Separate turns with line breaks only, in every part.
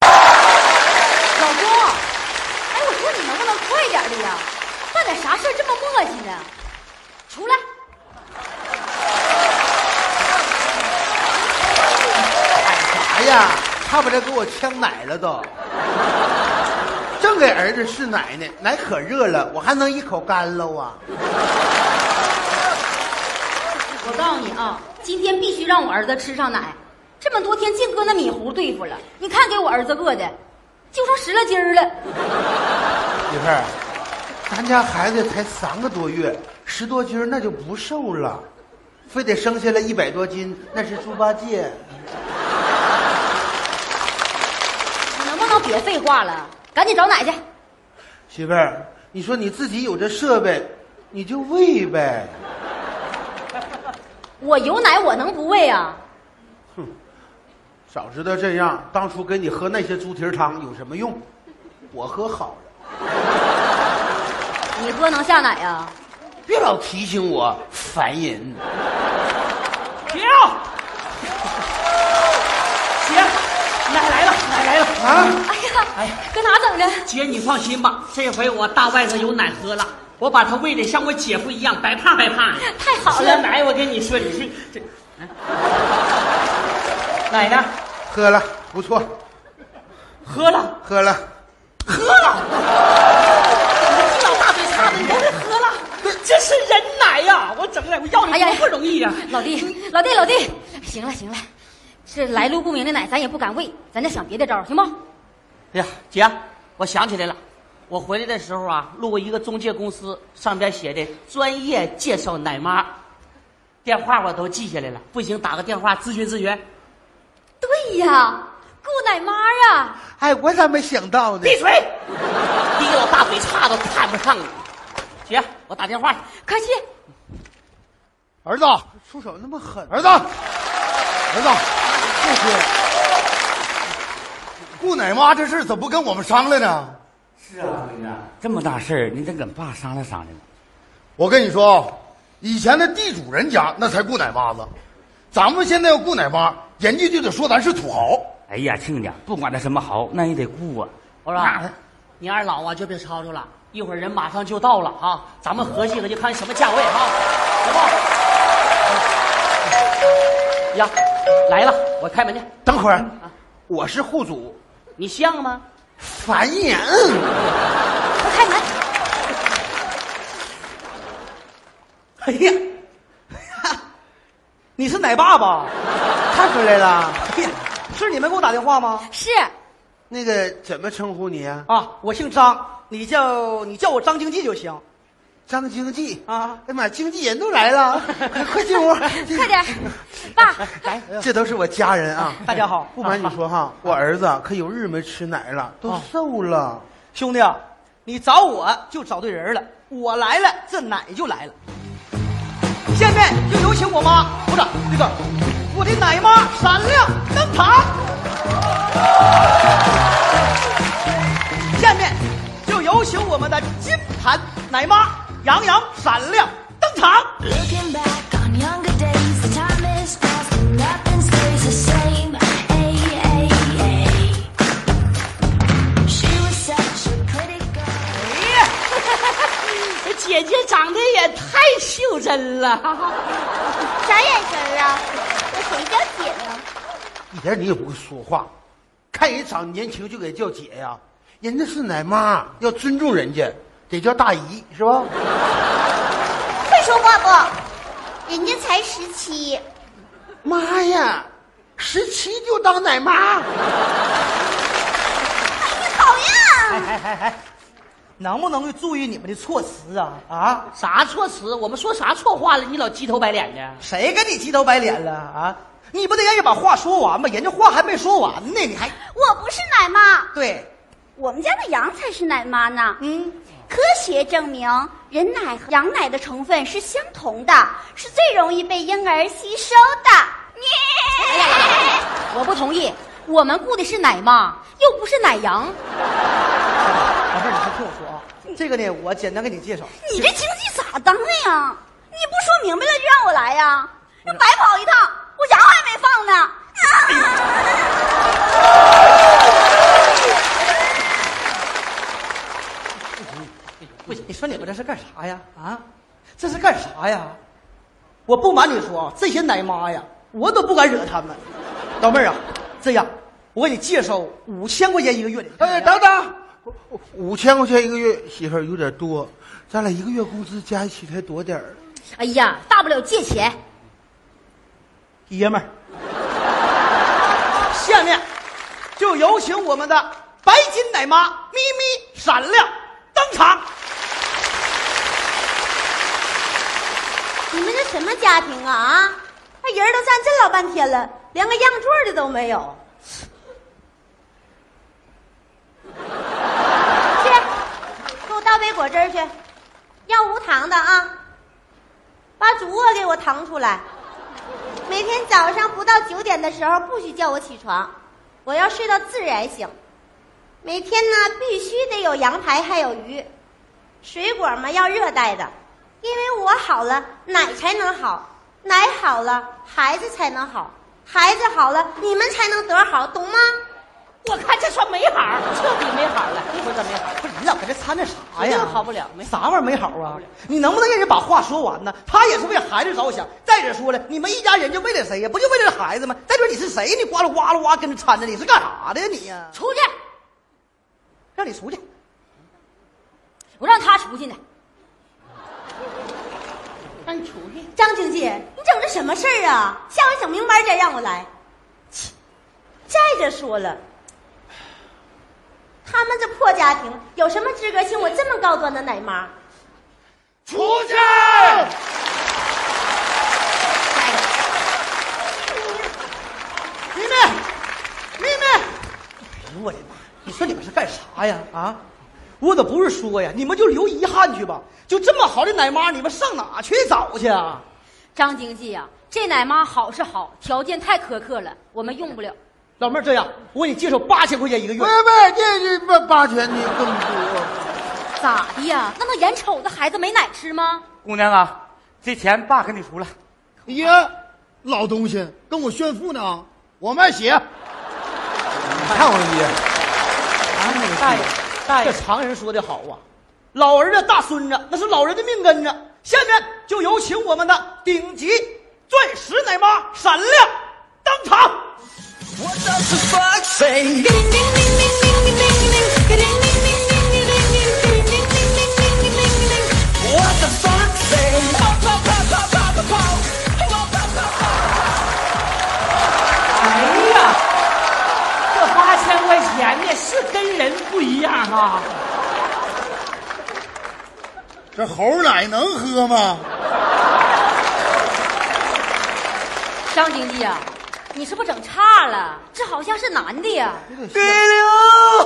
哎快点的呀！办点啥事儿这么磨叽呢？出来！
干啥呀？差不多给我呛奶了都。正给儿子试奶呢，奶可热了，我还能一口干喽啊！
我告诉你啊，今天必须让我儿子吃上奶。这么多天净搁那米糊对付了，你看给我儿子饿的，就剩十来斤儿了。
媳妇儿，咱家孩子才三个多月，十多斤儿那就不瘦了，非得生下来一百多斤，那是猪八戒。
你能不能别废话了？赶紧找奶去。
媳妇儿，你说你自己有这设备，你就喂呗。
我有奶，我能不喂啊？
早知道这样，当初给你喝那些猪蹄儿汤有什么用？我喝好了，
你喝能下奶啊？
别老提醒我，烦人。
停！姐，奶来了，奶来了！
啊，
哎呀，
哎呀
搁哪整着？
姐，你放心吧，这回我大外甥有奶喝了，我把他喂得像我姐夫一样白胖白胖的。
太好
吃
了
了！奶，我跟你说，你是这，哎奶呢？
喝了，不错，
喝了，
喝了。
喝了！一老大嘴叉子，你都给喝了。这是人奶呀、我整来，我要
哎
你
呀
多不容易呀、
老弟，老弟，老弟，行了行了，这来路不明的奶咱也不敢喂，咱再想别的招儿，行不？
哎呀，姐，我想起来了，我回来的时候啊，路过一个中介公司，上边写的专业介绍奶妈，电话我都记下来了，不行打个电话咨询咨询。
对呀，雇奶妈啊！
哎，我咋没想到呢
闭？嘴！低老大嘴叉都看不上你。姐，我打电话去。
快去，
儿子，
出手那么狠，
儿子，儿子，
不是
顾奶妈这事儿怎么不跟我们商量呢？
是啊，闺女，这么大事儿，你得跟爸商量商量。
我跟你说啊，以前的地主人家那才顾奶妈子，咱们现在要顾奶妈，人家就得说咱是土豪。
哎呀，亲家，不管他什么好，那也得雇啊。
我说，你二老啊就别吵吵了，一会儿人马上就到了哈、咱们合计合计看什么价位哈、好不好？呀，来了，我开门去。
等会儿，
啊
我是户主，
你像吗？
烦人。
快开门！
哎呀， 你是奶爸吧？
看出来了，
哎呀，是你们给我打电话吗？
是，
那个怎么称呼你啊？
啊，我姓张，你叫你叫我张经济就行。
张经济
啊
哎呀妈，经纪人都来 了，快快进屋，
快 点儿，爸，
哎
这都是我家人啊。
大家好
不瞒你说
啊
哈，我儿子可有日没吃奶了，都瘦了。
兄弟啊，你找我就找对人了，我来了，这奶就来了。下面就有请我妈，不是那个，我的奶妈闪亮登场。下面就有请我们的金盘奶妈杨洋闪亮登场。
Looking back on younger days, the time has passed and nothing stays the same. Ay, ay, ay. She was such a pretty girl.
姐姐长得也太袖珍了，
啥眼神啊？我谁叫姐呀？
一点你也不会说话，看人长得年轻就给叫姐呀，人家是奶妈，要尊重人家，得叫大姨是吧？
会说话不？人家才十七，
妈呀，十七就当奶妈，
你讨厌！
能不能注意你们的措辞啊？啊，啥措辞？我们说啥错话了？你老鸡头白脸的。
谁跟你鸡头白脸了啊？你不得让人把话说完吗？人家话还没说完呢，你还
我不是奶妈，
对
我们家的羊才是奶妈呢。嗯，科学证明，人奶和羊奶的成分是相同的，是最容易被婴儿吸收的。你
我不同意，我们雇的是奶妈，又不是奶羊。
老妹儿，你先听我说啊，这个呢，我简单给你介绍。
你这经济咋当的呀？你不说明白了就让我来呀？那白跑一趟，我羊还没放呢。啊
哎这是干啥呀？啊，这是干啥呀？我不瞒你说啊，这些奶妈呀，我都不敢惹他们。老妹儿啊，这样我给你介绍五千块钱一个月的。
哎，等等，五千块钱一个月，媳妇儿有点多，咱俩一个月工资加一起才多点儿。
哎呀，大不了借钱，
爷们儿，下面就有请我们的白金奶妈咪咪闪亮登场。
你们这什么家庭啊啊！那人都站这老半天了，连个让座的都没有。
去，
给我倒杯果汁儿去，要无糖的啊！把主卧给我腾出来。每天早上不到九点的时候，不许叫我起床，我要睡到自然醒。每天呢，必须得有羊排，还有鱼，水果嘛要热带的，因为我好了，奶才能好，奶好了，孩子才能好，孩子好了，你们才能得好，懂吗？
我看这算没好儿，彻底没好儿了。你说这没好儿？
不是你老搁这掺着啥
肯定
呀？
好不了没
啥玩意儿没好啊？你能不能让人把话说完呢？他也是为孩子着想。再者说了，你们一家人就为了谁呀？不就为了孩子吗？再说你是谁？你呱啦呱啦呱跟着掺着，你是干啥的呀你呀？
出去！
让你出去！
我让他出去呢。
让你出去。
张经济，你整这什么事儿啊？下回整明白再让我来。切再者说了，他们这破家庭有什么资格请我这么高端的奶妈？
出去！
咪咪，咪咪，哎呦我的妈！你说你们是干啥呀？啊，我可不是说呀，你们就留遗憾去吧。就这么好的奶妈，你们上哪去找去啊？
张经济呀、啊这奶妈好是好，条件太苛刻了，我们用不了。
老妹儿，这样我给你介绍八千块钱一个月
喂。喂，这这八八千的更多，
咋的呀？那能眼瞅着孩子没奶吃吗？
姑娘啊，这钱爸给你出了。
爷，老东西跟我炫富呢，我卖血。
你看我爷。
大爷，大
这
爷，
常人说的好啊，老儿子大孙子那是老人的命根子。下面就有请我们的顶级钻石奶妈闪亮登场。
哎呀，这八千块钱呢是跟人不一样啊！
这猴奶能喝吗？
张经济呀、啊你是不是整差了？这好像是男的呀。
对了，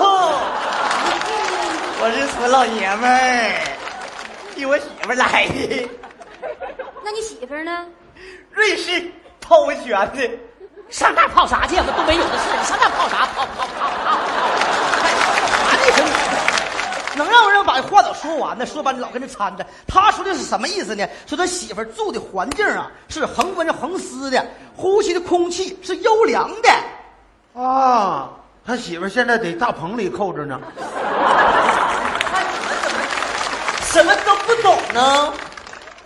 我是土老爷们儿，替我媳妇来的，
那你媳妇儿呢？
瑞士泡泉的。上那儿泡啥去？我们东北有的是，你上那儿泡啥？泡泡泡泡
啥你说你能让不让把话都说完呢？说完你老跟这掺着。他说的是什么意思呢？说他媳妇儿住的环境啊是恒温恒湿的，呼吸的空气是优良的。
啊，他媳妇儿现在得大棚里扣着 呢。
哎什么都不懂呢？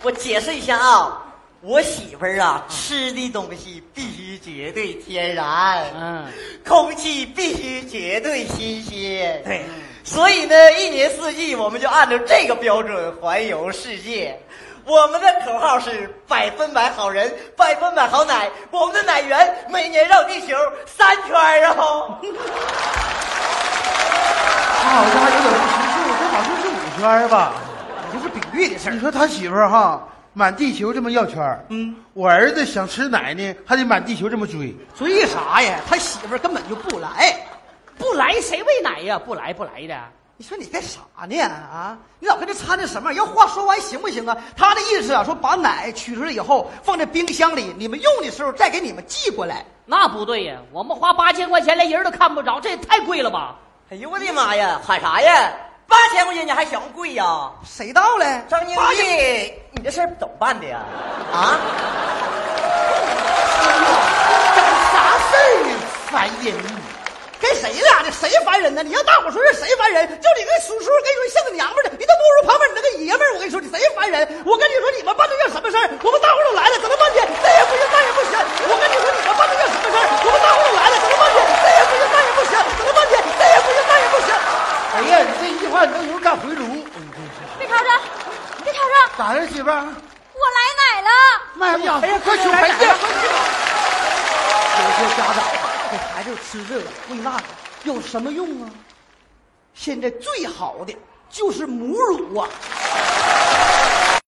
我解释一下啊，我媳妇儿啊，吃的东西必须绝对天然，
嗯，
空气必须绝对新鲜，
对，
所以呢，一年四季我们就按照这个标准环游世界。我们的口号是百分百好人，百分百好奶。我们的奶源每年绕地球三圈儿哦。
他好像还有点不识数，啊这好像是五圈儿吧？
这是比喻的事
你
儿。
说他媳妇儿哈，满地球这么绕圈儿，嗯，我儿子想吃奶呢，还得满地球这么追。
追啥呀？他媳妇儿根本就不来。
不来谁喂奶呀？不来不来的。
你说你干啥呢？啊，你老跟这掺着什么玩意儿？要话说完行不行啊？他的意思啊，说把奶取出来以后放在冰箱里，你们用的时候再给你们寄过来。
那不对呀，我们花八千块钱连人都看不着，这也太贵了吧？
哎呦我的妈呀，喊啥呀？八千块钱你还嫌贵呀、
谁到了？
张经
八千
济，你这事儿怎么办的呀？ 啊？
哎啥事儿啊？烦人！跟谁俩呢？谁烦人呢？你让大伙说是谁烦人？就你那叔叔跟你说像个娘们儿的，你都不如旁边你那个爷们儿，我跟你说，你贼烦人。我跟你说，你们办这叫什么事儿？我们大伙儿都来了，等了半天，那也不行，那也不行。我跟你说，你们办这叫什么事儿？我们大伙儿都来了，等了半天，那也不行，那也不行。等了半天，那也不行，那也不行。
哎呀，你这一句话，你都有干回炉。
别吵吵，别吵吵，
咋的，媳妇儿？啊
我来奶了。
卖不了，哎呀，快去
来
买
奶
去
了。有些家长给孩子吃这个喂那个，有什么用啊？现在最好的就是母乳啊。